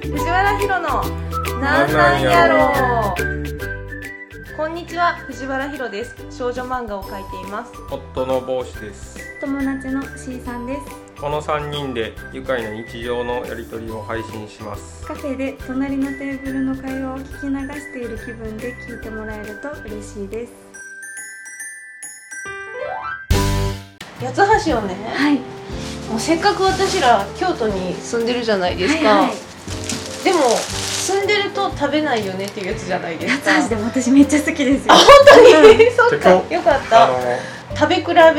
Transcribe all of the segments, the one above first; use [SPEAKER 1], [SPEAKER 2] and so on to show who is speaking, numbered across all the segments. [SPEAKER 1] ひろのなんなんやろこんにちは藤原ひろです少女漫画を描いています
[SPEAKER 2] 夫の帽子です
[SPEAKER 3] 友達の C さんです
[SPEAKER 2] この3人で愉快な日常のやり取りを配信します
[SPEAKER 3] カフェで隣のテーブルの会話を聞き流している気分で聞いてもらえると嬉しいです
[SPEAKER 1] 八つ橋をね
[SPEAKER 3] はい
[SPEAKER 1] もうせっかく私ら京都に住んでるじゃないですか、
[SPEAKER 3] はいはい
[SPEAKER 1] でも住んでると食べないよねっていうやつじゃないですか
[SPEAKER 3] 八つ橋でも私めっちゃ好きですよ
[SPEAKER 1] 本当に、 そっか
[SPEAKER 2] て
[SPEAKER 1] よかっ
[SPEAKER 2] あ
[SPEAKER 1] た
[SPEAKER 2] の
[SPEAKER 1] 食べ比べ
[SPEAKER 3] や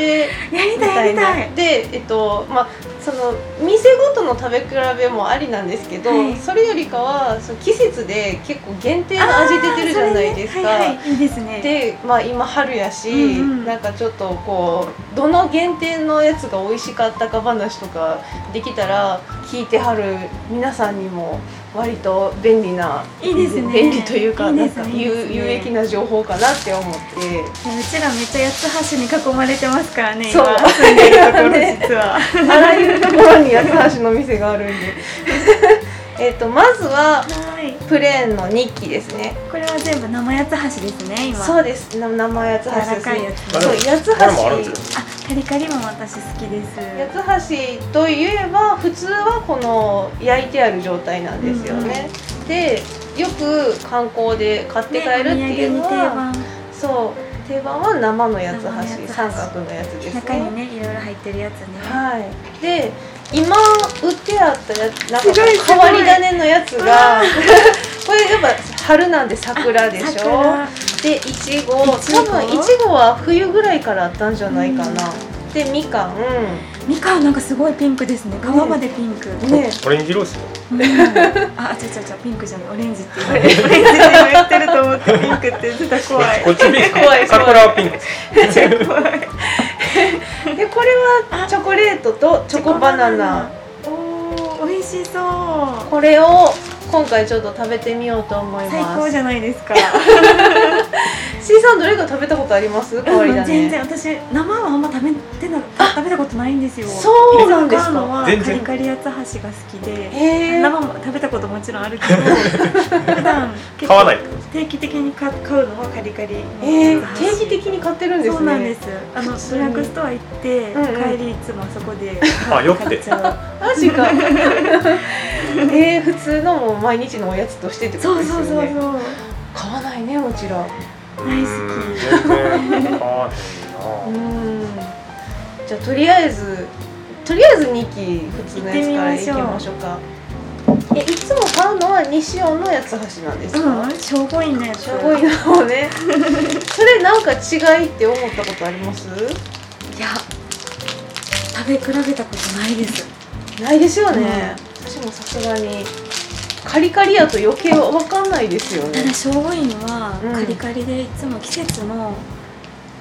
[SPEAKER 3] り
[SPEAKER 1] み
[SPEAKER 3] た
[SPEAKER 1] た
[SPEAKER 3] い
[SPEAKER 1] い
[SPEAKER 3] やりた
[SPEAKER 1] ないでえっとまあその店ごとの食べ比べもありなんですけど、
[SPEAKER 3] はい
[SPEAKER 1] それよりかはその季節で結構限定の味出てるじゃないですか、
[SPEAKER 3] あーそれねはいはい、いいですね
[SPEAKER 1] でまあ今春やし、
[SPEAKER 3] うんうん
[SPEAKER 1] なんかちょっとこうどの限定のやつが美味しかったか話とかできたら聞いてはる皆さんにも割と便利ない
[SPEAKER 3] いですね
[SPEAKER 1] 便利というか
[SPEAKER 3] いい
[SPEAKER 1] な
[SPEAKER 3] で
[SPEAKER 1] ん
[SPEAKER 3] すね
[SPEAKER 1] か
[SPEAKER 3] いいで
[SPEAKER 1] 有
[SPEAKER 3] すね
[SPEAKER 1] 有益な情報かなって思って
[SPEAKER 3] うちらめっちゃ八つ橋に囲まれてますからね
[SPEAKER 1] そう
[SPEAKER 3] 今住んでるところ実は
[SPEAKER 1] あらゆるところに八つ橋の店があるんで えっとまずは
[SPEAKER 3] はい
[SPEAKER 1] プレーンの日記ですね
[SPEAKER 3] これは全部生八つ橋ですね今
[SPEAKER 1] そうですな生八つ橋
[SPEAKER 3] 柔
[SPEAKER 1] で
[SPEAKER 3] ら
[SPEAKER 1] す
[SPEAKER 3] かいや
[SPEAKER 1] ね
[SPEAKER 3] つ
[SPEAKER 1] そう八つ橋
[SPEAKER 2] あでもこれもあるんですよ
[SPEAKER 3] あカリカリも私好きです
[SPEAKER 1] 八つ橋といえば普通はこの焼いてある状態なんですよね、でよく観光で買って帰るっていうの
[SPEAKER 3] ねお土
[SPEAKER 1] は、
[SPEAKER 3] 産に定
[SPEAKER 1] そう定番は生の八つ
[SPEAKER 3] 生の八つ
[SPEAKER 1] 橋
[SPEAKER 3] 橋
[SPEAKER 1] 三角のやつですね
[SPEAKER 3] 番中にねいろいろ入ってるやつね
[SPEAKER 1] はいで今売ってあったやつなん
[SPEAKER 3] すご
[SPEAKER 1] か
[SPEAKER 3] いすごい
[SPEAKER 1] 変わり種のやつが これやっぱ春なんで桜でしょ
[SPEAKER 3] 桜
[SPEAKER 1] でいちご多
[SPEAKER 3] いちご
[SPEAKER 1] 分いちごは冬ぐらいからあったんじゃないかな、でみかん
[SPEAKER 3] みかんなんかすごいピンクですね皮までピンク、
[SPEAKER 1] ね
[SPEAKER 2] オレンジ色ですよ
[SPEAKER 3] うんあ、違う違う違うピンクじゃないオレンジって言われてオレンジって言ってると思ってピンクって言ってた
[SPEAKER 2] こ
[SPEAKER 3] 怖い
[SPEAKER 2] こっちピンク
[SPEAKER 1] 怖い怖い
[SPEAKER 2] 桜はピンクです
[SPEAKER 1] でこれはチョコレートとチョコバナナ
[SPEAKER 3] おお美味しそう
[SPEAKER 1] これを今回ちょっと食べてみようと思います
[SPEAKER 3] 最高じゃないですか
[SPEAKER 1] C さんどれか食べたことあります変わり種
[SPEAKER 3] 全然私生はあんま食べてな食べたことないんですよ
[SPEAKER 1] そうなんですか
[SPEAKER 3] いつも買うのは
[SPEAKER 2] 全
[SPEAKER 3] カ
[SPEAKER 2] 然
[SPEAKER 3] リカリ八つ橋が好きで
[SPEAKER 1] へえ
[SPEAKER 3] 生も食べたこともちろんあるけど普段結
[SPEAKER 2] 買わないっ
[SPEAKER 3] 構
[SPEAKER 2] てことです
[SPEAKER 3] 定期的に買買うのはカリカリの
[SPEAKER 1] え
[SPEAKER 3] 八
[SPEAKER 1] ー、
[SPEAKER 3] つ橋
[SPEAKER 1] 定期的に買ってるんですね
[SPEAKER 3] そうなんです。あのドラッグストア行って、
[SPEAKER 1] うんうん
[SPEAKER 3] 帰りいつもあそこで
[SPEAKER 2] あ酔って
[SPEAKER 3] 買っちゃ
[SPEAKER 1] マジか えー、普通のもう毎日のおやつとしてって
[SPEAKER 3] う。
[SPEAKER 1] こ
[SPEAKER 3] そ
[SPEAKER 1] と
[SPEAKER 3] う
[SPEAKER 1] ですよ
[SPEAKER 3] そ
[SPEAKER 1] ね
[SPEAKER 3] うそうそう。
[SPEAKER 1] 買わないねもちろんう
[SPEAKER 3] 大
[SPEAKER 2] う
[SPEAKER 3] 好
[SPEAKER 2] ん全然買わへんな
[SPEAKER 1] ーんじゃあとりあえずとりあえず2期普通のやつからいきましょうかえいつも買うのは西尾のやつ橋なんです
[SPEAKER 3] き。
[SPEAKER 1] か、
[SPEAKER 3] うん、小五院のやつ。
[SPEAKER 1] すごいなも ねそれなんか違いって思ったことあります
[SPEAKER 3] いや、食べ比べたことないです。
[SPEAKER 1] ないですよね、私もさすがにカリカリやと余計わかんないですよ
[SPEAKER 3] ただ
[SPEAKER 1] ね
[SPEAKER 3] 小五院は
[SPEAKER 1] うん
[SPEAKER 3] カリカリでいつも季節の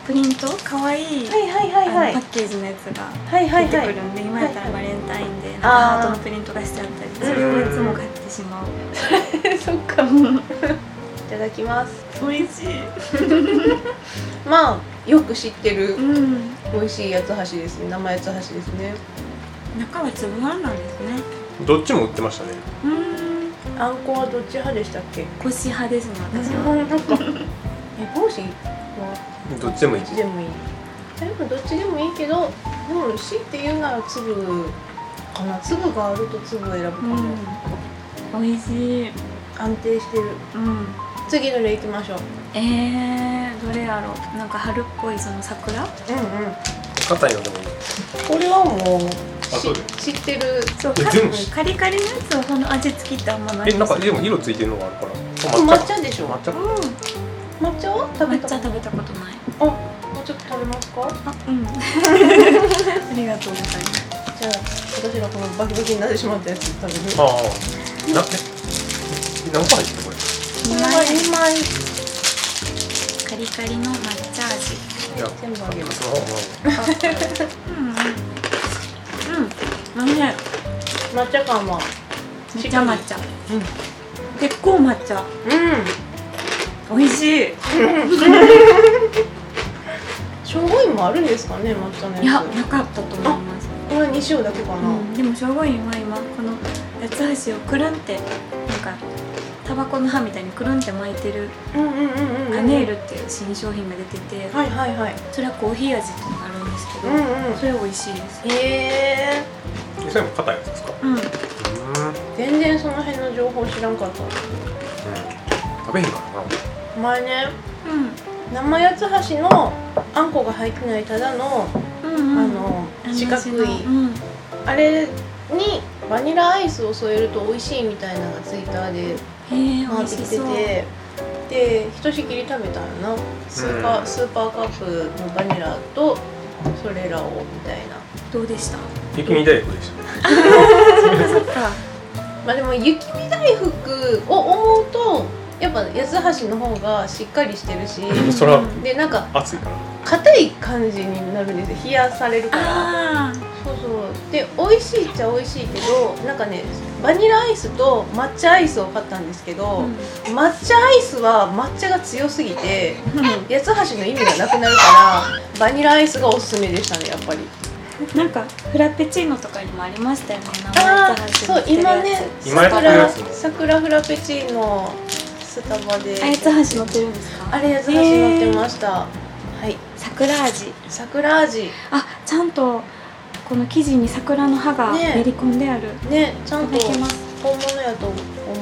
[SPEAKER 3] プリント可愛い
[SPEAKER 1] はいはいはいは
[SPEAKER 3] あ
[SPEAKER 1] い
[SPEAKER 3] のパッケージのやつが。
[SPEAKER 1] はいは
[SPEAKER 3] 出
[SPEAKER 1] い
[SPEAKER 3] て
[SPEAKER 1] は
[SPEAKER 3] く
[SPEAKER 1] い
[SPEAKER 3] るんで、今やったらバレンタインでなんか
[SPEAKER 1] あー
[SPEAKER 3] ハートのプリントがしてあったりそれをいつも買ってしまう
[SPEAKER 1] そっかいただきます
[SPEAKER 3] 美味しい
[SPEAKER 1] まあよく知ってる
[SPEAKER 3] うん
[SPEAKER 1] 美味しい八つ橋ですね生八つ橋ですね
[SPEAKER 3] 中は粒あんなんですね
[SPEAKER 2] どっちも売ってましたね
[SPEAKER 3] うーん
[SPEAKER 1] あんこはどっち派でしたっけ
[SPEAKER 3] 腰派ですね私は
[SPEAKER 1] なんかえ帽子は
[SPEAKER 2] どっちでもいい
[SPEAKER 1] どっちでもいいえでもどっちでもいいけどでも強いて言うなら粒かな粒があると粒を選ぶかな、
[SPEAKER 3] うん美味しい
[SPEAKER 1] 安定してる
[SPEAKER 3] うん
[SPEAKER 1] 次の例行きましょう
[SPEAKER 3] えー、どれやろうなんか春っぽいその桜
[SPEAKER 1] うんうん
[SPEAKER 2] 硬いのでもいい
[SPEAKER 1] これはもう
[SPEAKER 2] あそうです
[SPEAKER 1] 知知ってる
[SPEAKER 3] そう
[SPEAKER 2] え
[SPEAKER 3] カ
[SPEAKER 2] 全部知っ
[SPEAKER 3] カリカリのやつはこの味付きってあんまない
[SPEAKER 2] えなんか
[SPEAKER 3] です
[SPEAKER 2] でも色ついてるのがあるから
[SPEAKER 1] 抹
[SPEAKER 2] 抹茶
[SPEAKER 1] 茶でしょ
[SPEAKER 2] 抹茶
[SPEAKER 3] うん
[SPEAKER 1] 抹茶は食べ
[SPEAKER 3] 抹
[SPEAKER 1] た
[SPEAKER 3] 茶食べたことない
[SPEAKER 1] もうちょっと食べますか
[SPEAKER 3] あうん ありがとうございます
[SPEAKER 1] じゃあ私らこのバキバキになってしまったやつ食べる
[SPEAKER 2] ああなえ何個入ってるこ
[SPEAKER 1] こ
[SPEAKER 2] れ
[SPEAKER 1] れ
[SPEAKER 3] 二
[SPEAKER 1] は
[SPEAKER 3] 枚
[SPEAKER 1] 2枚
[SPEAKER 3] カリカリの抹茶味
[SPEAKER 2] いや
[SPEAKER 1] 全部あげます
[SPEAKER 2] その方
[SPEAKER 3] うんうんうんおいしい
[SPEAKER 1] 抹茶感は
[SPEAKER 3] めっちゃ抹茶
[SPEAKER 1] うん
[SPEAKER 3] 結構抹
[SPEAKER 1] う
[SPEAKER 3] 茶
[SPEAKER 1] ん
[SPEAKER 3] 美味しい
[SPEAKER 1] しょうごいもあるんですかね抹茶のやつ
[SPEAKER 3] いやなかったと思います、
[SPEAKER 1] これは2塩だけかな、
[SPEAKER 3] うん、でもしょうごい今今この八つ橋をくるんってかタバコの葉みたいにくるんって巻いてる
[SPEAKER 1] うんうんうんうん
[SPEAKER 3] ガネールっていう新商品が出てて
[SPEAKER 1] はいはいはい
[SPEAKER 3] それはコーヒー味っていうのがあるんですけ
[SPEAKER 1] う
[SPEAKER 3] ど、
[SPEAKER 1] んうん
[SPEAKER 3] それ美味しいです
[SPEAKER 1] へえ
[SPEAKER 2] それも硬いやつですか
[SPEAKER 3] うん
[SPEAKER 2] うん、うん、
[SPEAKER 1] 全然その辺の情報知らんかった
[SPEAKER 2] 食べへんからな
[SPEAKER 1] 前ね
[SPEAKER 3] うん
[SPEAKER 1] 生八つ橋のあんこが入ってないただの、
[SPEAKER 3] うんうん
[SPEAKER 1] あの四角い
[SPEAKER 3] うん
[SPEAKER 1] あれにバニラアイスを添えると美味しいみたいなのがツイッターで
[SPEAKER 3] へえ美
[SPEAKER 1] 回っ
[SPEAKER 3] 味
[SPEAKER 1] て
[SPEAKER 3] し
[SPEAKER 1] きて
[SPEAKER 3] そう
[SPEAKER 1] てでひとしきり食べたんやなスーパー、スーパーカップのバニラとそれらをみたいな
[SPEAKER 3] どうでした
[SPEAKER 2] 雪見大福でした
[SPEAKER 3] そっかそっか
[SPEAKER 1] まあでも雪見大福を思うとやっぱ八つ橋の方がしっかりしてるし
[SPEAKER 2] うんそら
[SPEAKER 3] うん
[SPEAKER 1] でなんか
[SPEAKER 2] 熱いから
[SPEAKER 1] 硬い感じになるんですよ冷やされるから
[SPEAKER 3] あ
[SPEAKER 1] そうそうで美味しいっちゃ美味しいけどなんかねバニラアイスと抹茶アイスを買ったんですけ
[SPEAKER 3] あ、
[SPEAKER 1] ど、
[SPEAKER 3] うん
[SPEAKER 1] 抹茶アイスは抹茶が強すぎて八つ橋の意味がなくなるからバニラアイスがおすすめでしたねやっぱり
[SPEAKER 3] なんかフラペチーノとかにもありましたよね
[SPEAKER 1] あ
[SPEAKER 3] 生
[SPEAKER 1] あ
[SPEAKER 3] 八つ橋
[SPEAKER 1] そう
[SPEAKER 3] に売ってるやつ
[SPEAKER 1] 今ね
[SPEAKER 2] 今やってる
[SPEAKER 1] 桜
[SPEAKER 2] やつも
[SPEAKER 1] 桜フラペチーノスタバで
[SPEAKER 3] あ八つ橋乗ってるんですか
[SPEAKER 1] あれ八つ橋乗ってましたはい
[SPEAKER 3] 桜味
[SPEAKER 1] 桜味
[SPEAKER 3] あちゃんとこの生地に桜の葉が
[SPEAKER 1] ね
[SPEAKER 3] 練り込んである、
[SPEAKER 1] ねちゃんと
[SPEAKER 3] いただきます
[SPEAKER 1] 本物やと思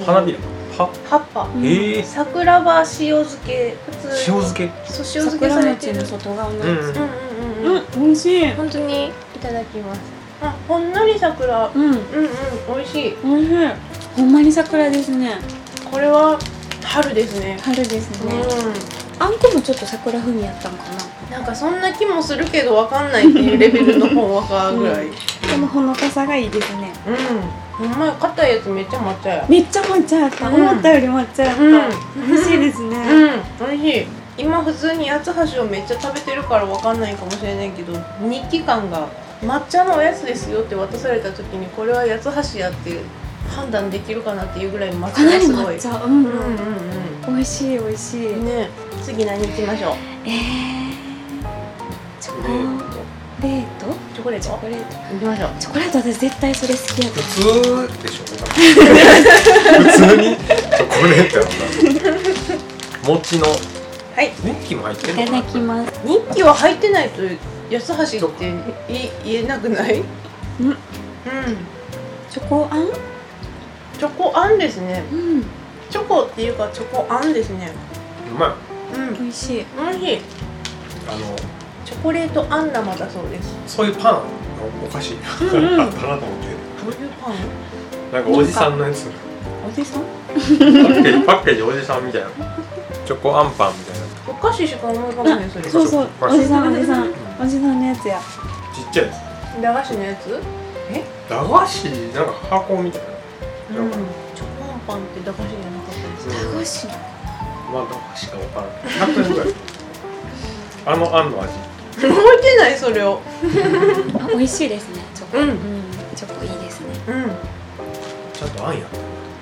[SPEAKER 1] う
[SPEAKER 2] 花びらは
[SPEAKER 1] 葉っぱ
[SPEAKER 3] うん
[SPEAKER 2] えー、
[SPEAKER 1] 桜葉塩漬け普通に
[SPEAKER 2] 塩漬け
[SPEAKER 1] そう塩漬け
[SPEAKER 3] 桜
[SPEAKER 1] され
[SPEAKER 3] 餅
[SPEAKER 1] て
[SPEAKER 3] の
[SPEAKER 1] る
[SPEAKER 3] 外側の
[SPEAKER 2] う
[SPEAKER 3] や
[SPEAKER 2] ん
[SPEAKER 1] うんうんうんうん
[SPEAKER 3] 美味しい
[SPEAKER 1] 本当にいただきますあほんのり桜
[SPEAKER 3] うん
[SPEAKER 1] うんうん美味しい
[SPEAKER 3] 美味しいほんまに桜ですね
[SPEAKER 1] これは春ですね
[SPEAKER 3] 春ですね、
[SPEAKER 1] う
[SPEAKER 3] あんこもちょっと桜風味やったんかなん
[SPEAKER 1] なんかそんな気もするけどわかんないっていうレベルの本わかぐらいうん
[SPEAKER 3] でもほのかさがいいですね
[SPEAKER 1] ほんまや硬いやつめっちゃ抹茶や
[SPEAKER 3] めっちゃ抹茶やった、
[SPEAKER 1] うん
[SPEAKER 3] 思ったより抹茶やった、
[SPEAKER 1] うん
[SPEAKER 3] 美味しいです
[SPEAKER 1] う
[SPEAKER 3] ね、
[SPEAKER 1] ん美味しい今普通に八つ橋をめっちゃ食べてるからわかんないかもしれないけど日記感が抹茶のおやつですよって渡された時にこれは八つ橋やって判断できるかなっていうぐらい抹
[SPEAKER 3] か
[SPEAKER 1] 茶
[SPEAKER 3] な
[SPEAKER 1] が
[SPEAKER 3] り
[SPEAKER 1] すごい
[SPEAKER 3] 抹茶うん、
[SPEAKER 1] うんうん
[SPEAKER 3] 美味しい美味しい、
[SPEAKER 1] うんね次何行きましょう
[SPEAKER 3] えー、チョ
[SPEAKER 2] で
[SPEAKER 3] コレート
[SPEAKER 1] チョコレート
[SPEAKER 3] チョコレート
[SPEAKER 1] 行きましょう
[SPEAKER 3] チョコレート私絶対それ好きやと思う
[SPEAKER 2] 普通でしょ普通にチョコレートやった餅の
[SPEAKER 1] はい
[SPEAKER 2] ミッキーも入ってる
[SPEAKER 3] い
[SPEAKER 2] の
[SPEAKER 3] た
[SPEAKER 2] か
[SPEAKER 3] だ
[SPEAKER 2] な
[SPEAKER 3] きます
[SPEAKER 1] 日記は入ってないと八つ橋ってい言えなくない
[SPEAKER 3] うん
[SPEAKER 1] うん
[SPEAKER 3] チョコあん
[SPEAKER 1] チョコあんですね
[SPEAKER 3] うん
[SPEAKER 1] チョコっていうかチョコあんですね
[SPEAKER 2] うまい
[SPEAKER 1] うん
[SPEAKER 3] 美味しい
[SPEAKER 1] おいしい
[SPEAKER 2] あの
[SPEAKER 1] チョコレートあん玉だそうです
[SPEAKER 2] そういうパンのお菓子
[SPEAKER 3] うんうん
[SPEAKER 2] あったなと思って
[SPEAKER 1] どういうパン
[SPEAKER 2] なんかおじさんのやつ
[SPEAKER 1] おじさん
[SPEAKER 2] パッケージパッケージおじさんみたいなチョコアンパンみたいな
[SPEAKER 1] お菓子しか思い浮かばないそれ
[SPEAKER 3] そうそう
[SPEAKER 2] こ
[SPEAKER 3] お
[SPEAKER 2] れ
[SPEAKER 3] じさんおじさんおじさんのやつや
[SPEAKER 2] ちっちゃいや
[SPEAKER 1] 駄菓子のやつうん
[SPEAKER 2] つ駄菓子なんか箱みたいな
[SPEAKER 1] チ
[SPEAKER 2] なんか
[SPEAKER 1] ョコあんパンって駄菓子じゃなかったです
[SPEAKER 3] 駄菓子
[SPEAKER 2] まあ駄菓子かわからん100円ぐらいあのあんの味
[SPEAKER 1] 覚えてないそれを
[SPEAKER 3] あ美味しいですねチョコ
[SPEAKER 1] うん
[SPEAKER 3] チョコいいですね
[SPEAKER 1] うん
[SPEAKER 2] ちゃんとあんや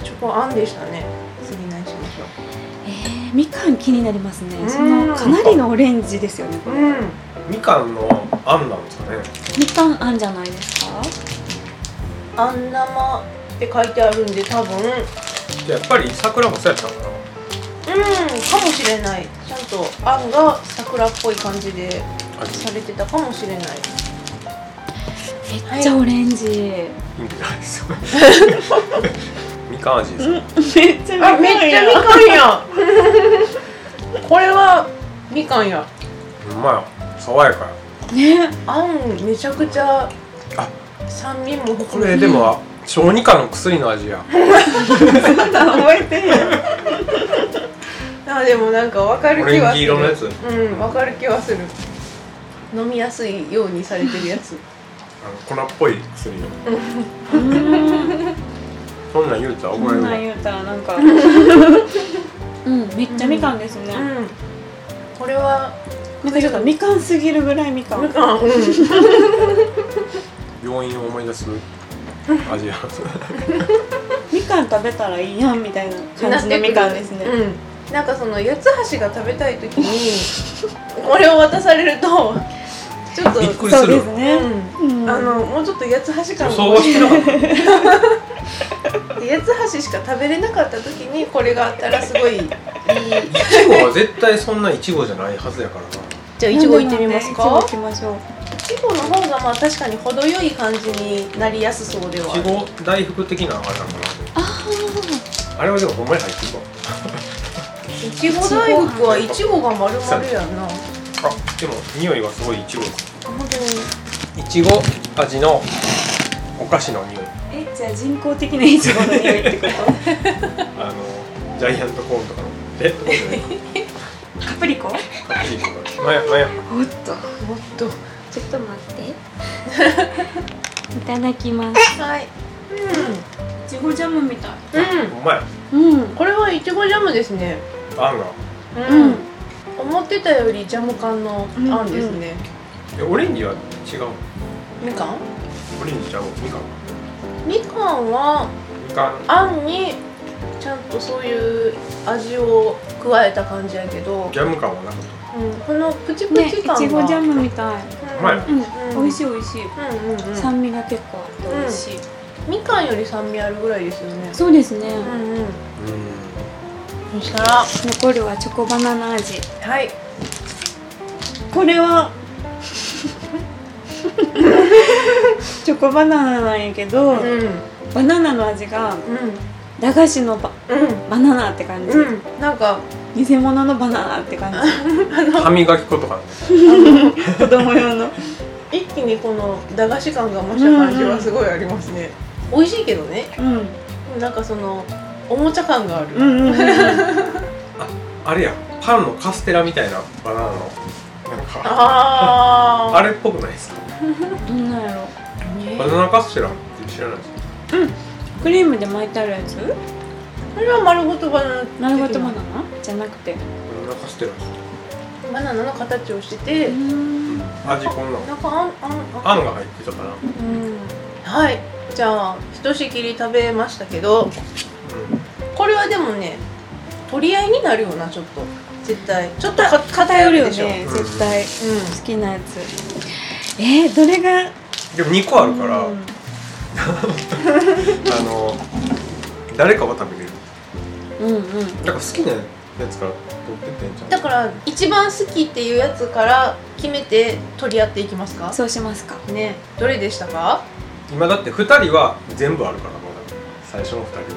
[SPEAKER 1] チョコあんでしたね次何しましょ
[SPEAKER 3] えー、みかん気になりますね
[SPEAKER 1] うん
[SPEAKER 3] そのかなりのオレンジですよね
[SPEAKER 1] ううん
[SPEAKER 2] みかんのあんなんですかね
[SPEAKER 3] みかんあんじゃないですか
[SPEAKER 1] あん玉って書いてあるんで多分
[SPEAKER 2] じゃあやっぱり桜もそうやったのかな
[SPEAKER 1] うん、かもしれない。ちゃんとあんが桜っぽい感じで
[SPEAKER 2] 味
[SPEAKER 1] されてたかもしれない。
[SPEAKER 3] めっちゃオレ ンジ、
[SPEAKER 2] 意味ないですよ みかん味ですか
[SPEAKER 3] めっちゃ
[SPEAKER 1] あ、めっちゃみかんや。 これはみかんや。
[SPEAKER 2] ほんまや爽やかや
[SPEAKER 3] ね
[SPEAKER 1] あんめちゃくちゃ
[SPEAKER 2] あ
[SPEAKER 1] 酸味も
[SPEAKER 2] これでも小児科の薬の味や
[SPEAKER 1] 覚え てへん。あ、でもなんかわかる
[SPEAKER 2] オ
[SPEAKER 1] 気
[SPEAKER 2] レ
[SPEAKER 1] は
[SPEAKER 2] ン
[SPEAKER 1] す
[SPEAKER 2] ジ
[SPEAKER 1] る。
[SPEAKER 2] 色のやつ
[SPEAKER 1] うん、わかる気はする。飲みやすいようにされてるやつ。
[SPEAKER 2] あの粉っぽい薬の
[SPEAKER 3] うん
[SPEAKER 2] そんなん言うたら怒
[SPEAKER 3] こ
[SPEAKER 2] ら
[SPEAKER 3] んなん
[SPEAKER 2] れる
[SPEAKER 3] 言うたらなんか うんめっちゃみかんですね、
[SPEAKER 1] うん。これは
[SPEAKER 3] なんかちょっとみかんすぎるぐらいみかん
[SPEAKER 1] みかん。うん。
[SPEAKER 2] 病院を思い出す味 や
[SPEAKER 3] みかん食べたらいいやんみたいな感じのみかんですね、
[SPEAKER 1] うん、なんかその八つ橋が食べたい時にこれを渡されるとちょっと
[SPEAKER 2] びっくり
[SPEAKER 3] そ
[SPEAKER 2] す
[SPEAKER 3] うで
[SPEAKER 2] る
[SPEAKER 3] すね。
[SPEAKER 1] うん、あのもうちょっと八つ橋感
[SPEAKER 2] 予
[SPEAKER 1] が
[SPEAKER 2] 想はしてなかった
[SPEAKER 1] 八つ橋しか食べれなかった時にこれがあったらすごいいい
[SPEAKER 2] いちごは絶対そんないちごじゃないはずやからな
[SPEAKER 1] じゃあ
[SPEAKER 3] い
[SPEAKER 1] いちごいってみます
[SPEAKER 3] 行
[SPEAKER 1] か
[SPEAKER 3] きましょう。
[SPEAKER 1] いちごの方がまあ確かに程よい感じになりやすそうではい
[SPEAKER 2] ちご大福的なあれなのか
[SPEAKER 3] あ
[SPEAKER 2] なあれはでもほんまに入ってるわ
[SPEAKER 1] いちご大福はいちごが丸々やんなあ
[SPEAKER 2] あでも匂いはすごいいちご
[SPEAKER 1] 本当に
[SPEAKER 2] いちご味のお菓子の匂い
[SPEAKER 3] あ。え、じゃあ人工的ないちごの匂いって こと？
[SPEAKER 2] あのジャイアントコーンとかのえコーンじゃない
[SPEAKER 3] カプリコ？おっ
[SPEAKER 2] カプリコとかまやまや
[SPEAKER 3] と。
[SPEAKER 1] もっと
[SPEAKER 3] ちょっと待 って。いただきます。
[SPEAKER 1] はい
[SPEAKER 3] いちごジャムみたい。
[SPEAKER 1] うん、
[SPEAKER 2] ほんまや
[SPEAKER 3] うん。
[SPEAKER 1] これはいちごジャムですね
[SPEAKER 2] あんが
[SPEAKER 1] う
[SPEAKER 3] うん
[SPEAKER 1] 思ってたよりジャム感のあんですね、
[SPEAKER 2] えオレンジは違う
[SPEAKER 1] みかん
[SPEAKER 2] オレンジちゃうみかん
[SPEAKER 1] みかんは
[SPEAKER 2] みかん
[SPEAKER 1] あんにちゃんとそういう味を加えた感じやけど、
[SPEAKER 2] ジャム感はなかっ
[SPEAKER 1] うん、このプチプ
[SPEAKER 3] ね、い
[SPEAKER 1] チ
[SPEAKER 3] ち
[SPEAKER 1] 感
[SPEAKER 3] ご
[SPEAKER 1] が、
[SPEAKER 3] ジャムみたい。
[SPEAKER 2] うまい
[SPEAKER 1] うん
[SPEAKER 3] うん。美味し
[SPEAKER 1] い、
[SPEAKER 3] い美味しい。
[SPEAKER 1] うんうんうん、
[SPEAKER 3] 酸味が結構あって美味しい。
[SPEAKER 1] みかんより酸味あるぐらいですよね
[SPEAKER 3] そうですね。
[SPEAKER 1] うんうん
[SPEAKER 2] たう
[SPEAKER 1] そしたら
[SPEAKER 3] 残るはチョコバナナ味。
[SPEAKER 1] はい
[SPEAKER 3] これは チョコバナナなんやけど、
[SPEAKER 1] うんうん
[SPEAKER 3] バナナの味が駄菓子のババナナって感
[SPEAKER 1] う
[SPEAKER 3] じ、
[SPEAKER 1] んうんなん か
[SPEAKER 3] 偽物のバナナって感じ
[SPEAKER 2] ん歯磨き粉とかね
[SPEAKER 3] 子供用の
[SPEAKER 1] 一気にこの駄菓子感が増した感じはすごいありますね、美味しいけどね
[SPEAKER 3] うん
[SPEAKER 1] なんかそのおもちゃ感がある、
[SPEAKER 3] うんうんうんうん
[SPEAKER 2] あれやパンのカステラみたいなバナナのなんか
[SPEAKER 1] あ
[SPEAKER 2] あれっぽくないですか
[SPEAKER 3] どんなんやろ
[SPEAKER 2] バナナカステラって知らないです
[SPEAKER 3] クリームで巻いてあるやつ
[SPEAKER 1] これは丸ごとバナナ的な
[SPEAKER 3] 丸ごとバナナじゃなくて
[SPEAKER 2] バナナカステラです
[SPEAKER 1] バナナの形をしてて、
[SPEAKER 3] うん
[SPEAKER 2] 味こんなの
[SPEAKER 1] なんかあんあん
[SPEAKER 2] あんが入ってたかなうん
[SPEAKER 1] うんはいじゃあひとしきり食べましたけどこれはでもね取り合いになるよなちょっと絶対ちょっとか
[SPEAKER 3] 偏
[SPEAKER 1] 偏
[SPEAKER 3] る
[SPEAKER 1] る
[SPEAKER 3] よ
[SPEAKER 1] でしょ、
[SPEAKER 3] ね
[SPEAKER 2] うん
[SPEAKER 3] 絶対
[SPEAKER 1] う
[SPEAKER 3] 好きなやつえー、どれが
[SPEAKER 2] でも2個あるから
[SPEAKER 3] うん
[SPEAKER 2] あの誰かは食べれる
[SPEAKER 3] うんうん
[SPEAKER 2] だから好きなやつから取ってってんじゃ
[SPEAKER 1] ん
[SPEAKER 2] ん
[SPEAKER 1] だから一番好きっていうやつから決めて取り合っていきますか
[SPEAKER 3] そうしますか
[SPEAKER 1] ねどれでしたか
[SPEAKER 2] 今だって2人は全部あるからまだ最初の2人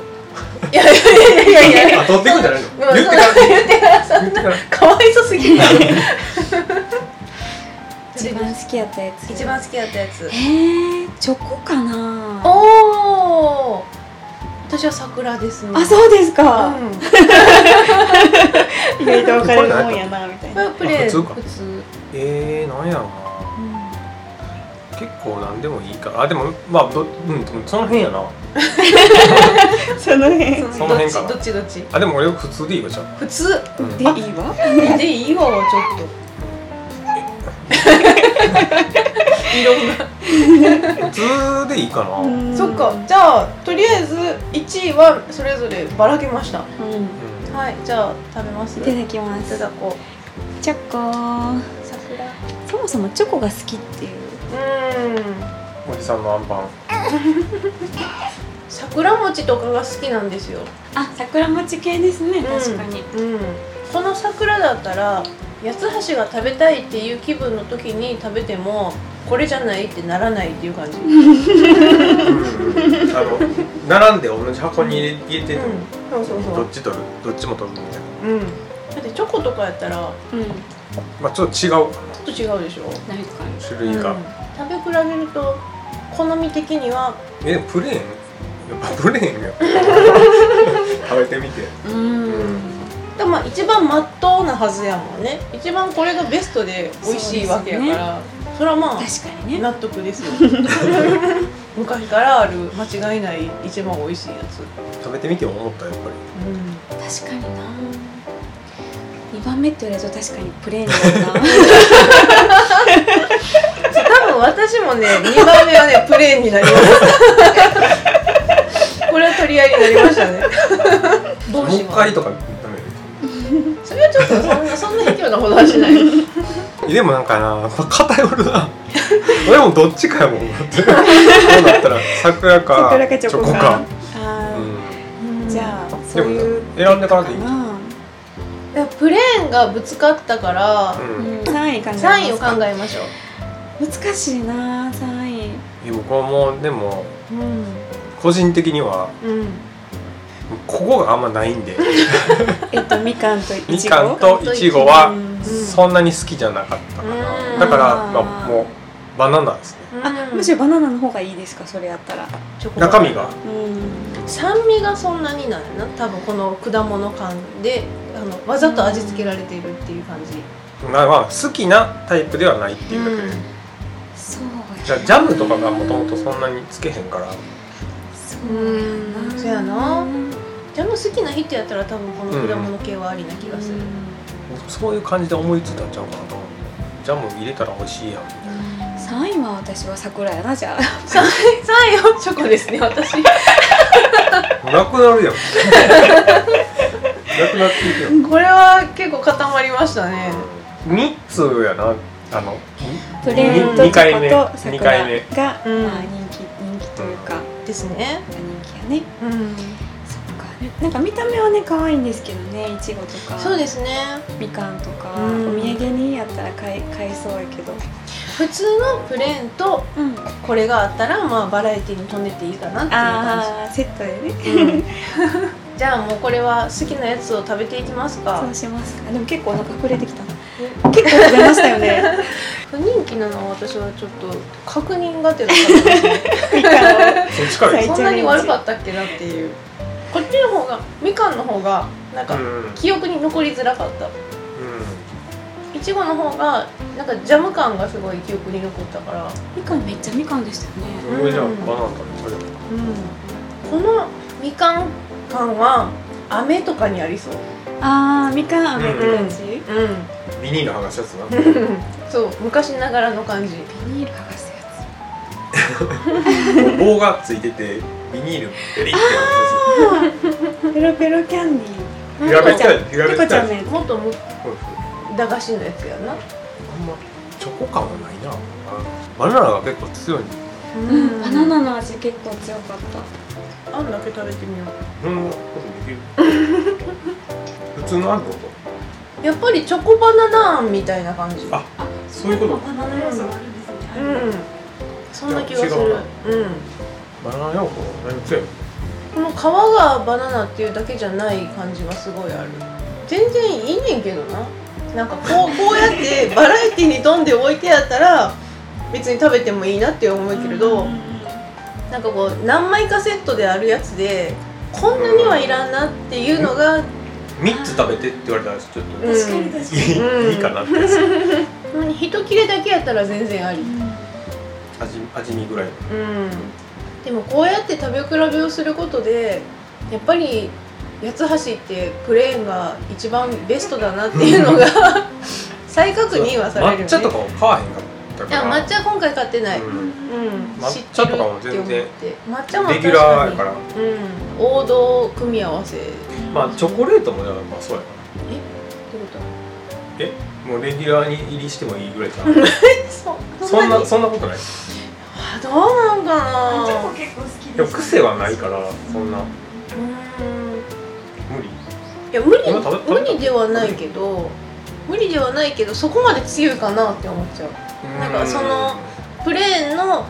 [SPEAKER 1] いやいやいやいやいや
[SPEAKER 2] はあ取っていくんじゃないの
[SPEAKER 1] うん
[SPEAKER 2] 言ってから言ってから言ってから
[SPEAKER 1] かわいそす ぎる
[SPEAKER 3] 一番好きやったやつ
[SPEAKER 1] 一番好きだったやつ
[SPEAKER 3] えー、チョコかな
[SPEAKER 1] おお私は桜ですね
[SPEAKER 3] あそうです
[SPEAKER 1] う
[SPEAKER 3] か、
[SPEAKER 1] ん
[SPEAKER 3] 意外と分かれるもんやなみた
[SPEAKER 1] こ
[SPEAKER 3] い
[SPEAKER 1] れ
[SPEAKER 3] な
[SPEAKER 1] はプレー
[SPEAKER 2] あ普通か
[SPEAKER 1] 普通
[SPEAKER 2] えー、なんやろな結構なんでもいいからあでもまあどうんその辺やな
[SPEAKER 3] その辺
[SPEAKER 1] その
[SPEAKER 2] その辺かな
[SPEAKER 1] どっちどっちどっち
[SPEAKER 2] あでも俺普通でいいわじゃん
[SPEAKER 1] 普通
[SPEAKER 2] うん
[SPEAKER 3] でいいわ
[SPEAKER 1] でいいわはちょっといろんな
[SPEAKER 2] 普通でいいかな、うん
[SPEAKER 1] そっかじゃあとりあえず1位はそれぞればらけました
[SPEAKER 3] うん
[SPEAKER 1] はいじゃあ食べます
[SPEAKER 3] い
[SPEAKER 1] い
[SPEAKER 3] ただきま
[SPEAKER 1] た
[SPEAKER 3] す
[SPEAKER 1] だこ
[SPEAKER 3] チョコ
[SPEAKER 1] う桜う
[SPEAKER 3] そもそもチョコが好きっていう
[SPEAKER 1] ーん
[SPEAKER 2] おじさんのアンパン
[SPEAKER 1] 桜餅とかが好きなんですよ
[SPEAKER 3] あ桜餅系ですね、確かに
[SPEAKER 1] うん、この桜だったら八つ橋が食べたいっていう気分の時に食べてもこれじゃないってならないっていう感じ、うん、
[SPEAKER 2] うんあの並んで同じ箱に入れ入れてても、
[SPEAKER 1] そうそうそ
[SPEAKER 2] ど
[SPEAKER 1] う
[SPEAKER 2] っち取るどっちも取るみたいな
[SPEAKER 1] うんだってチョコとかやったら
[SPEAKER 3] うん
[SPEAKER 2] まあちょっと違うかな
[SPEAKER 1] ちょっと違うでしょ、
[SPEAKER 3] 何か
[SPEAKER 2] 種
[SPEAKER 1] うん、
[SPEAKER 2] 類が、
[SPEAKER 1] 食べ比べると好み的には
[SPEAKER 2] えでもプレーンやっぱプレー ンよ食べてみて
[SPEAKER 3] うーん
[SPEAKER 1] でもまあ一番まっとうなはずやもんね一番これがベストで美味しいわけやからそ,、れはまあ
[SPEAKER 3] 確かにね
[SPEAKER 1] 納得です よ昔からある間違いない一番美味しいやつ、
[SPEAKER 2] 食べてみて思ったやっぱ
[SPEAKER 1] う
[SPEAKER 2] り
[SPEAKER 1] ん
[SPEAKER 3] 確かにな2番目って言われると確かにプレーンだな
[SPEAKER 1] 多分私もね2番目はねプレーンになりましたこれは取り合いになりましたねどう
[SPEAKER 2] もう
[SPEAKER 1] し
[SPEAKER 2] 一
[SPEAKER 1] ま
[SPEAKER 2] 回
[SPEAKER 1] す
[SPEAKER 2] とかダメよ
[SPEAKER 1] それはちょっとそんなそんな卑怯なほどはしない
[SPEAKER 2] えでもなんかなやっぱ偏るな 俺もどっちかやもんだ ってこうなったら桜か
[SPEAKER 3] 桜かチョコか
[SPEAKER 2] か
[SPEAKER 3] あ
[SPEAKER 2] う
[SPEAKER 3] ー、
[SPEAKER 2] ん
[SPEAKER 3] じゃあそういう
[SPEAKER 2] でも選んでからでいいんじゃ
[SPEAKER 1] だからプレーンがぶつかったから、
[SPEAKER 2] うん
[SPEAKER 3] 三位考えますか
[SPEAKER 1] 3位を考えましょ
[SPEAKER 3] 難しいな三位
[SPEAKER 2] いや僕はもうでも
[SPEAKER 1] ううん
[SPEAKER 2] 個人的には
[SPEAKER 1] うん
[SPEAKER 2] ここがあんまないんで
[SPEAKER 3] えっとみかんとい
[SPEAKER 2] み
[SPEAKER 3] ち
[SPEAKER 2] か
[SPEAKER 3] ご
[SPEAKER 2] んといちごは
[SPEAKER 3] うん
[SPEAKER 2] そんなに好きじゃなかったか
[SPEAKER 1] うん
[SPEAKER 2] なだからまあもうバナナですね
[SPEAKER 3] あむしろバナナの方がいいですかそれやったら
[SPEAKER 1] チョコ
[SPEAKER 2] 中身が
[SPEAKER 3] うん
[SPEAKER 1] 酸味がそんなにないな多分この果物感であのわざと味付けられているっていう感じ、
[SPEAKER 2] なまあ好きなタイプではないっていうだけで
[SPEAKER 3] そう
[SPEAKER 2] じゃあジャムとかがもともとそんなにつけへんから
[SPEAKER 3] そう
[SPEAKER 1] うんそうやなジャム好きな人やったら多分この果物系はありな気がする、
[SPEAKER 2] そういう感じで思いついたんちゃうかなと思うジャム入れたら美味しいやんみたいな
[SPEAKER 3] 三位は私は桜やなじゃあ
[SPEAKER 1] 三位はチョコですね私
[SPEAKER 2] なくなるやんな くなっていくやん
[SPEAKER 1] これは結構固まりましたね
[SPEAKER 2] 3つやなあの
[SPEAKER 3] プレーン
[SPEAKER 2] に
[SPEAKER 3] と
[SPEAKER 2] 二
[SPEAKER 3] チョ
[SPEAKER 2] 回目
[SPEAKER 3] コと
[SPEAKER 2] 二回
[SPEAKER 3] 桜
[SPEAKER 2] 目
[SPEAKER 3] が、
[SPEAKER 1] うん
[SPEAKER 3] まあ、人気人気というか、
[SPEAKER 1] ですね
[SPEAKER 3] 人気やね
[SPEAKER 1] うん
[SPEAKER 3] そっかなんか見た目はね可愛いんですけどねいちごとか
[SPEAKER 1] そうですね
[SPEAKER 3] みかんとか、
[SPEAKER 1] うん
[SPEAKER 3] お土産にやったら買い買いそうやけど
[SPEAKER 1] 普通のプレーンと
[SPEAKER 3] うん
[SPEAKER 1] これがあったらまあバラエティに飛んでていいかなっていう感じ
[SPEAKER 3] ああセットでね、
[SPEAKER 1] じゃあもうこれは好きなやつを食べていきますか
[SPEAKER 3] そうしますあでも結構お腹膨れてきたな結構食べましたよ ね
[SPEAKER 1] 不人気なのは私はちょっと確認がてら食べますね
[SPEAKER 3] みかんを
[SPEAKER 2] そっちから
[SPEAKER 3] は
[SPEAKER 2] で
[SPEAKER 3] い
[SPEAKER 2] す
[SPEAKER 1] そんなに悪かったっけなっていうこっちの方がみかんの方がなん
[SPEAKER 2] う
[SPEAKER 1] か
[SPEAKER 2] ん、うん、
[SPEAKER 1] 記憶に残りづらかったいちごの方がなんかジャム感がすごい記憶に残ったから
[SPEAKER 3] みかんめっちゃみかんでしたよね
[SPEAKER 2] これじゃあバナナ食べる
[SPEAKER 1] このみかん感は飴とかにありそう
[SPEAKER 3] ああみかん飴って感じ、
[SPEAKER 1] うん
[SPEAKER 2] ビニール剥がしたやつな
[SPEAKER 1] そう昔ながらの感じ
[SPEAKER 3] ビニール剥がすや
[SPEAKER 2] 棒がついててビニールペリッてや
[SPEAKER 3] つペロペロキャンディ
[SPEAKER 2] つ平べったい平べ
[SPEAKER 3] ー
[SPEAKER 2] っ
[SPEAKER 3] ペコち
[SPEAKER 2] た
[SPEAKER 3] ゃ
[SPEAKER 2] い
[SPEAKER 3] んのやつ
[SPEAKER 1] もっとむ
[SPEAKER 2] うん
[SPEAKER 1] 駄菓子のやつやな
[SPEAKER 2] あんまチョコ感はないなバナナが結構強い
[SPEAKER 3] うん、バナナの味結構強かった
[SPEAKER 1] あんだけ食べてみよう
[SPEAKER 2] そんなことできる普通のあんこと
[SPEAKER 1] やっぱりチョコバナナあんみたいな感じ
[SPEAKER 2] あそういうこと
[SPEAKER 3] バナナ要素があるんですね
[SPEAKER 1] うんそんな気がす
[SPEAKER 2] じゃあ違
[SPEAKER 1] る
[SPEAKER 2] うな
[SPEAKER 1] うん
[SPEAKER 2] バナナ用語だいぶ強い
[SPEAKER 1] この皮がバナナっていうだけじゃない感じがすごいある全然いいねんけどななんかこうこうやってバラエティに富んで置いてやったら別に食べてもいいなって思うけれど、
[SPEAKER 3] うん
[SPEAKER 1] なんかこう何枚かセットであるやつでこんなにはいらんなっていうのが、
[SPEAKER 2] 3つ食べてって言われたらちょっと、
[SPEAKER 1] うん
[SPEAKER 2] い
[SPEAKER 3] 確かに確かに、
[SPEAKER 1] うん
[SPEAKER 2] いいいかなってやつ
[SPEAKER 1] ほんまに一切れだけやったら全然あり
[SPEAKER 2] 味味見ぐらいの
[SPEAKER 1] うんでもこうやって食べ比べをすることでやっぱり八つ橋ってプレーンが一番ベストだなっていうのが再確認はされるよね
[SPEAKER 2] 抹茶とかも買わへんかった
[SPEAKER 1] い
[SPEAKER 2] か
[SPEAKER 1] や
[SPEAKER 2] ら
[SPEAKER 1] 抹茶今回買ってない、うん
[SPEAKER 2] 抹
[SPEAKER 1] 知ってる
[SPEAKER 2] 茶とかも全然
[SPEAKER 1] って思って抹茶も
[SPEAKER 2] レ
[SPEAKER 1] 確
[SPEAKER 2] ギュラーやか
[SPEAKER 1] からに、うん、王道組み合わせって
[SPEAKER 2] まあチョコレートもだからまあそうやから
[SPEAKER 1] こと
[SPEAKER 2] もうレギュラーに入りしてもいいぐらいか
[SPEAKER 1] え そ
[SPEAKER 2] なそんな
[SPEAKER 1] に
[SPEAKER 2] そんなことない
[SPEAKER 1] あどうなんかな
[SPEAKER 3] チョコ結構好きです
[SPEAKER 2] でも癖はないからそんな
[SPEAKER 1] うん
[SPEAKER 2] 無理
[SPEAKER 1] いや無理
[SPEAKER 2] 今食べ食べ
[SPEAKER 1] 無理ではないけど無理ではないけどそこまで強いかなって思っちゃうなんかそのプレーンの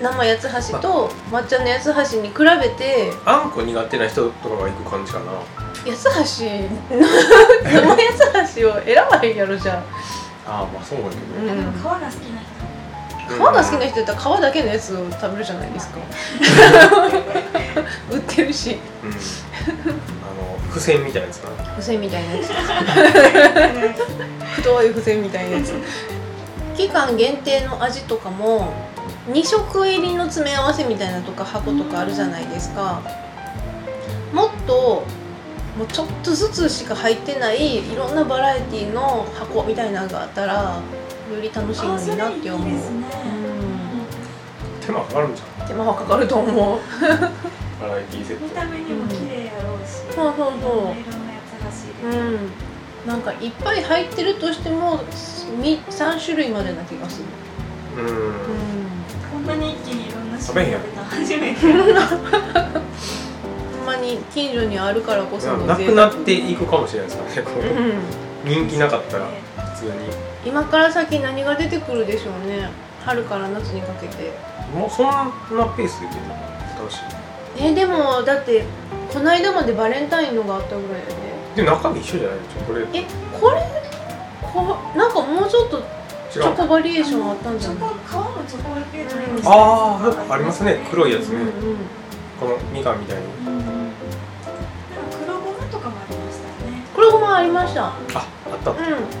[SPEAKER 1] 生八つ橋と抹茶の八つ橋に比べて
[SPEAKER 2] あんこ苦手な人とかが行く感じかな
[SPEAKER 1] 八 つ橋の生八つ橋を選ばへんやろじゃあ
[SPEAKER 2] ああまあそうだけど、
[SPEAKER 1] うん
[SPEAKER 3] でも皮が好きな人
[SPEAKER 1] 皮が好きな人やったら皮だけのやつを食べるじゃない ですか売ってる し
[SPEAKER 2] うん、あの付箋みたいなやつかな
[SPEAKER 1] 付箋みたいなやつ太い付箋みたいなやつ期間限定の味とかも2色入りの詰め合わせみたいなとか箱とかあるじゃないですかもっともうちょっとずつしか入ってないいろんなバラエティの箱みたいなのがあったらより楽しいのになって思う
[SPEAKER 3] ね
[SPEAKER 2] 手間かかるんじゃ
[SPEAKER 1] うん手間はかかると思う
[SPEAKER 2] んバラエティセット
[SPEAKER 3] た目に麗やろうし
[SPEAKER 1] そうそうそう
[SPEAKER 3] ろんなやつらしい
[SPEAKER 1] うん、なんかいっぱい入ってるとしてもみ3種類までな気がする
[SPEAKER 2] ううん
[SPEAKER 1] ほ
[SPEAKER 3] こんなに一気にいろんな
[SPEAKER 2] 食べへんやん
[SPEAKER 3] た初めて
[SPEAKER 1] んまに近所にあるからこその
[SPEAKER 2] な
[SPEAKER 1] 贅
[SPEAKER 2] く
[SPEAKER 1] 沢
[SPEAKER 2] なっていくかもしれないですからねこ
[SPEAKER 1] う
[SPEAKER 2] うん人気なかったら普通に
[SPEAKER 1] 今から先何が出てくるでしょうね春から夏にかけて
[SPEAKER 2] もうそんなペースで出てるの楽しい
[SPEAKER 1] えでもだってこの間までバレンタインのがあったぐらいだよね
[SPEAKER 2] で中身一緒じゃないのチョコレート
[SPEAKER 1] えこれこなんかもうちょっとチ
[SPEAKER 2] 違う
[SPEAKER 1] ョコバリエーションあったんじ
[SPEAKER 3] チ
[SPEAKER 1] ゃ
[SPEAKER 3] ョ
[SPEAKER 1] ない
[SPEAKER 3] コ皮もチョコレートにして
[SPEAKER 2] あーなんかありますね黒いやつ
[SPEAKER 1] う
[SPEAKER 2] ね、
[SPEAKER 1] んうん
[SPEAKER 2] このみかんみたいに
[SPEAKER 3] うんなんか黒ごまとかもありましたね
[SPEAKER 1] 黒ごまありました
[SPEAKER 2] ああった
[SPEAKER 1] うん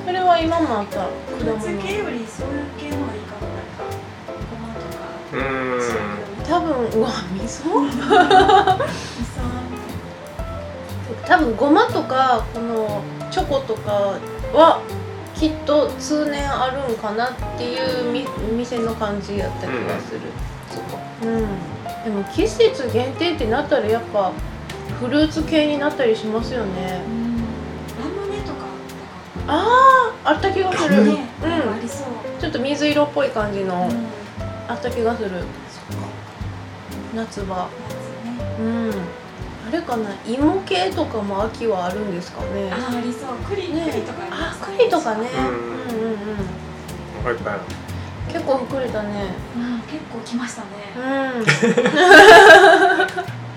[SPEAKER 1] それは今もあった果
[SPEAKER 3] 夏系
[SPEAKER 1] 物
[SPEAKER 3] よりそういう系の方がいいかもなんかごまとか
[SPEAKER 2] うーん
[SPEAKER 3] そういうの
[SPEAKER 1] 多分うわ味噌
[SPEAKER 3] みそみたいな
[SPEAKER 1] 多分ごまとかこのチョコとかはきっと通年あるんかなっていうみ店の感じやった気がする
[SPEAKER 2] そっか
[SPEAKER 1] うん、でも季節限定ってなったらやっぱフルーツ系になったりしますよね
[SPEAKER 3] ラムネとか
[SPEAKER 1] あああった気がす
[SPEAKER 3] あっ
[SPEAKER 1] る
[SPEAKER 3] たか
[SPEAKER 1] う
[SPEAKER 3] も
[SPEAKER 1] ん
[SPEAKER 3] ねなんかありそう
[SPEAKER 1] ちょっと水色っぽい感じの
[SPEAKER 3] うん
[SPEAKER 1] あった気がする夏場
[SPEAKER 3] 夏ね
[SPEAKER 1] うんあれかな芋系とかも秋はあるんですかね
[SPEAKER 3] あーありそう栗栗
[SPEAKER 1] ね
[SPEAKER 3] とかありま
[SPEAKER 1] あ
[SPEAKER 3] す
[SPEAKER 1] 栗とかねう
[SPEAKER 2] うんん
[SPEAKER 1] うんうん
[SPEAKER 2] お腹いっぱい
[SPEAKER 1] 結構膨れたね
[SPEAKER 3] うん結構来ましたね
[SPEAKER 1] う
[SPEAKER 3] うん
[SPEAKER 1] ん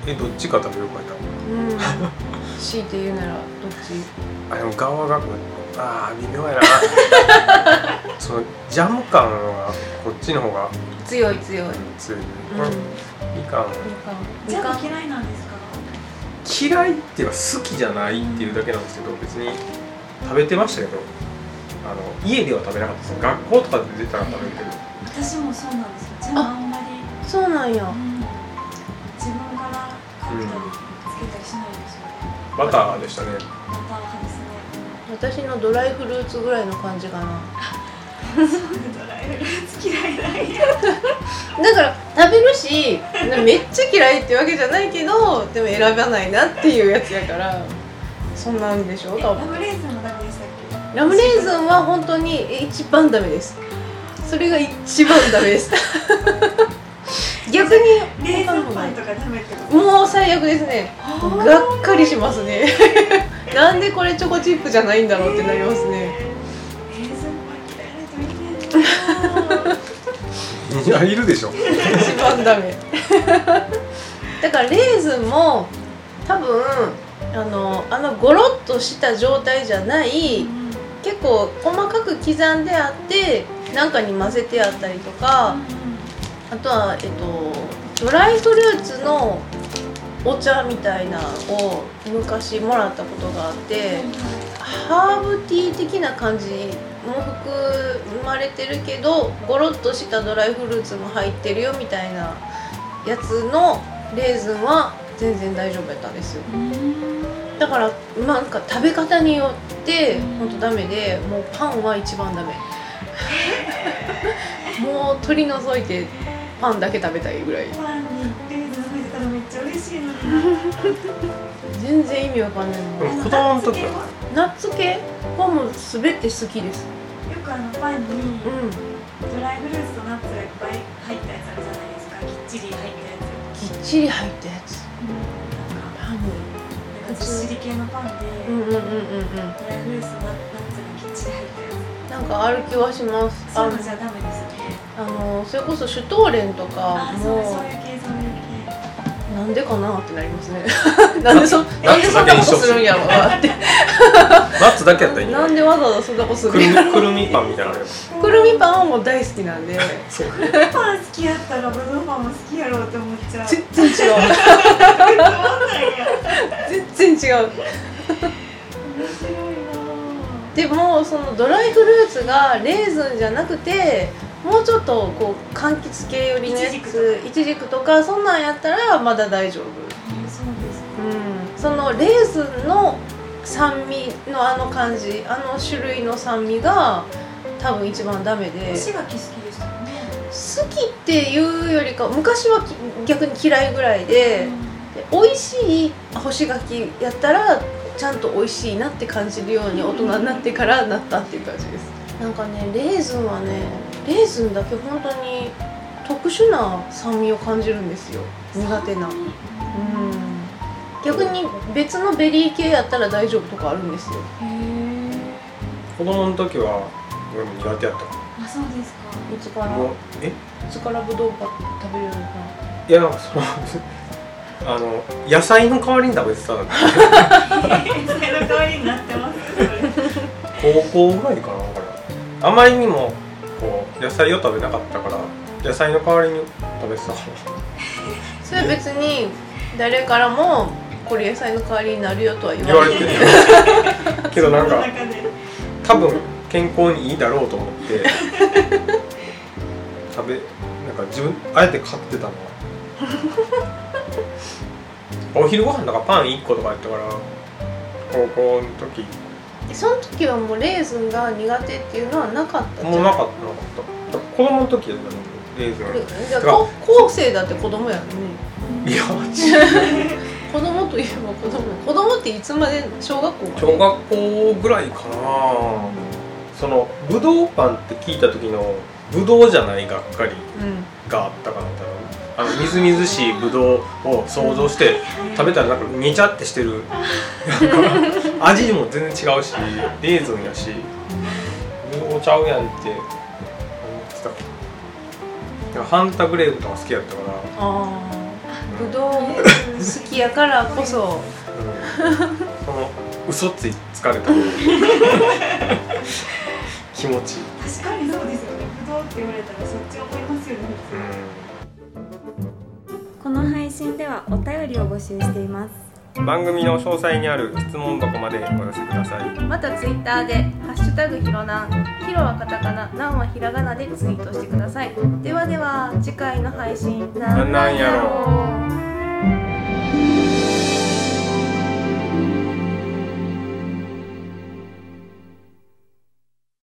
[SPEAKER 2] えどっちか食べようかな
[SPEAKER 1] うん強いて言うならどっち
[SPEAKER 2] あでも側があー微妙 やなそのジャム感がこっちの方が
[SPEAKER 1] 強い強いうん
[SPEAKER 2] 強い、ね
[SPEAKER 1] みかん
[SPEAKER 2] みかん
[SPEAKER 1] み
[SPEAKER 3] ジャ
[SPEAKER 1] かん
[SPEAKER 3] ム嫌いなんですか
[SPEAKER 2] 嫌いっていうか好きじゃないっていうだけなんですけど別に食べてましたけどあの家では食べなかったです学校とかで出たら食べるけど
[SPEAKER 3] 私もそうなんですよジャムあんまり
[SPEAKER 1] そうなんや
[SPEAKER 3] うん自分から買ったりつけたりしないですよね
[SPEAKER 2] バターでしたね
[SPEAKER 3] バター派で
[SPEAKER 1] 私
[SPEAKER 3] すね
[SPEAKER 1] のドライフルーツぐらいの感じかな
[SPEAKER 3] ドライフルーツ嫌いなんや
[SPEAKER 1] だから食べるしめっちゃ嫌いってわけじゃないけどでも選ばないなっていうやつやからそんなんでしょ
[SPEAKER 3] え
[SPEAKER 1] 多
[SPEAKER 3] ラ
[SPEAKER 1] 分
[SPEAKER 3] ムレーズンもダメでしたっけ
[SPEAKER 1] ラムレーズンは本当に一番ダメですそれが一番ダメです 逆に
[SPEAKER 3] レーズンパンとかダメってこと
[SPEAKER 1] もう最悪ですね
[SPEAKER 3] あ
[SPEAKER 1] がっかりしますね なんでこれチョコチップじゃないんだろうってなりますね
[SPEAKER 3] ーレーズン パン嫌いな人いてるない
[SPEAKER 2] やいるでしょ
[SPEAKER 1] 一番ダメだからレーズンも多分あのあのゴロッとした状態じゃない結構細かく刻んであってなんかに混ぜてあったりとかあとは、えっと、ドライフルーツのお茶みたいなのを昔もらったことがあってハーブティー的な感じも含まれてるけどゴロッとしたドライフルーツも入ってるよみたいなやつのレーズンは全然大丈夫やったんですよだからなんか食べ方によってほんとダメでもうパンは一番ダメ もう取り除いてパンだけ食べたいぐらい
[SPEAKER 3] パンにレーズン入ってたらめっちゃ嬉しいのに
[SPEAKER 1] 全然意味わかんない
[SPEAKER 2] で
[SPEAKER 1] もん
[SPEAKER 2] も子供の時
[SPEAKER 3] よ
[SPEAKER 2] は
[SPEAKER 1] ナッツ系はもう全て好きです
[SPEAKER 3] くあのパンに
[SPEAKER 1] うん
[SPEAKER 3] ドライフルーツとナッツがいっぱい入ったやつあるじゃないですかきっちり入ったや
[SPEAKER 1] ぎっちり入ったやつ
[SPEAKER 3] つなんか
[SPEAKER 1] パンに
[SPEAKER 3] なんかずっしり系のパンで
[SPEAKER 1] うんうんうんうんうん
[SPEAKER 3] ドライフルーツとナッツがきっちり入ったや
[SPEAKER 1] なんかある気はします。
[SPEAKER 3] つそう
[SPEAKER 1] あ
[SPEAKER 3] いうのじゃダメですよね
[SPEAKER 1] あのそれこそシュトーレンとか
[SPEAKER 3] あーそうそ
[SPEAKER 1] も
[SPEAKER 3] ういう系そういう系
[SPEAKER 1] うなんでかなってなりますね。なんでそなんでそんなことするんやろうなって。
[SPEAKER 2] ナッツだけやったらいい
[SPEAKER 1] なんでわざわざそんなことす
[SPEAKER 2] く
[SPEAKER 1] るん
[SPEAKER 2] るみ
[SPEAKER 1] やろう。
[SPEAKER 2] くるみパンみたいなのある
[SPEAKER 1] くるみパンはもう大好きなんで
[SPEAKER 2] そう
[SPEAKER 3] パン好きやったらブドウパンも好きやろうって思っちゃう。
[SPEAKER 1] 全然違う。
[SPEAKER 3] 思わないや。
[SPEAKER 1] 全然違う。
[SPEAKER 3] 面白い
[SPEAKER 1] でもそのドライフルーツがレーズンじゃなくて。もうちょっとこう柑橘系寄りのや
[SPEAKER 3] イチジ
[SPEAKER 1] ついちじくとかそんなんやったらまだ大丈夫
[SPEAKER 3] な。そうですか。
[SPEAKER 1] うんそのレーズンの酸味のあの感じあの種類の酸味が多分一番ダメで
[SPEAKER 3] 石垣好きでしたよね。
[SPEAKER 1] 好きっていうよりか昔はき逆に嫌いぐらいでで美味しい干し柿やったらちゃんと美味しいなって感じるように大人になってからなったっていう感じですなんかねレーズンはねレーズンだけ本当に特殊な酸味を感じるんですよ苦手なうん逆に別のベリー系やったら大丈夫とかあるんですよ
[SPEAKER 3] へえ
[SPEAKER 2] 子供の時は俺も苦手やったか
[SPEAKER 3] あそうですか
[SPEAKER 1] いつから
[SPEAKER 2] もうえ
[SPEAKER 1] いつからぶどうパ食べれるのかない
[SPEAKER 2] やその あの野菜の代わりに食べてたの
[SPEAKER 3] それの代わりになってますそれ
[SPEAKER 2] 高校ぐらいかなこれあまりにもこう野菜を食べなかったから野菜の代わりに食べてたか
[SPEAKER 1] それは別に誰からもこれ野菜の代わりになるよとは言
[SPEAKER 2] ら言わ
[SPEAKER 1] わ
[SPEAKER 2] れ
[SPEAKER 1] れ
[SPEAKER 2] て
[SPEAKER 1] て
[SPEAKER 2] る
[SPEAKER 1] ない
[SPEAKER 2] けどなん
[SPEAKER 3] その
[SPEAKER 2] か
[SPEAKER 3] 中で
[SPEAKER 2] 多分健康にいいだろうと思って食べなんか自分あえて買ってたのお昼ご飯とかパン1個とかやったから高校の時
[SPEAKER 1] その時はもうレーズンが苦手っていうのはなかったじゃん
[SPEAKER 2] もうなかったなかった子供の時やったのレーズン
[SPEAKER 1] じゃあ高校生だって子供やんね
[SPEAKER 2] いや
[SPEAKER 1] 子供といえば子供子供っていつまで小学校まで
[SPEAKER 2] 小学校ぐらいかなそのぶどうパンって聞いた時のぶどうじゃないがっかり
[SPEAKER 1] うん
[SPEAKER 2] があったかな多分あのみずみずしいぶどうを想像して食べたらなんかにちゃってしてるなんか味も全然違うしレーズンやしぶどうちゃうやんって思ってたでもハンタグレープとか好きやったから
[SPEAKER 1] ああぶどうも好きやからこそ
[SPEAKER 2] その嘘つい疲れた 気持ちいい、
[SPEAKER 3] 確かにそうですよねぶどうって言われたらそっち思いますよねこの配信ではお便りを募集しています
[SPEAKER 2] 番組の詳細にある質問箱までお寄せください
[SPEAKER 1] またツイッターで「ハッシュタグひろなん」ひろはカタカナなんはひらがなでツイートしてくださいではでは次回の配信
[SPEAKER 2] なんなんやろ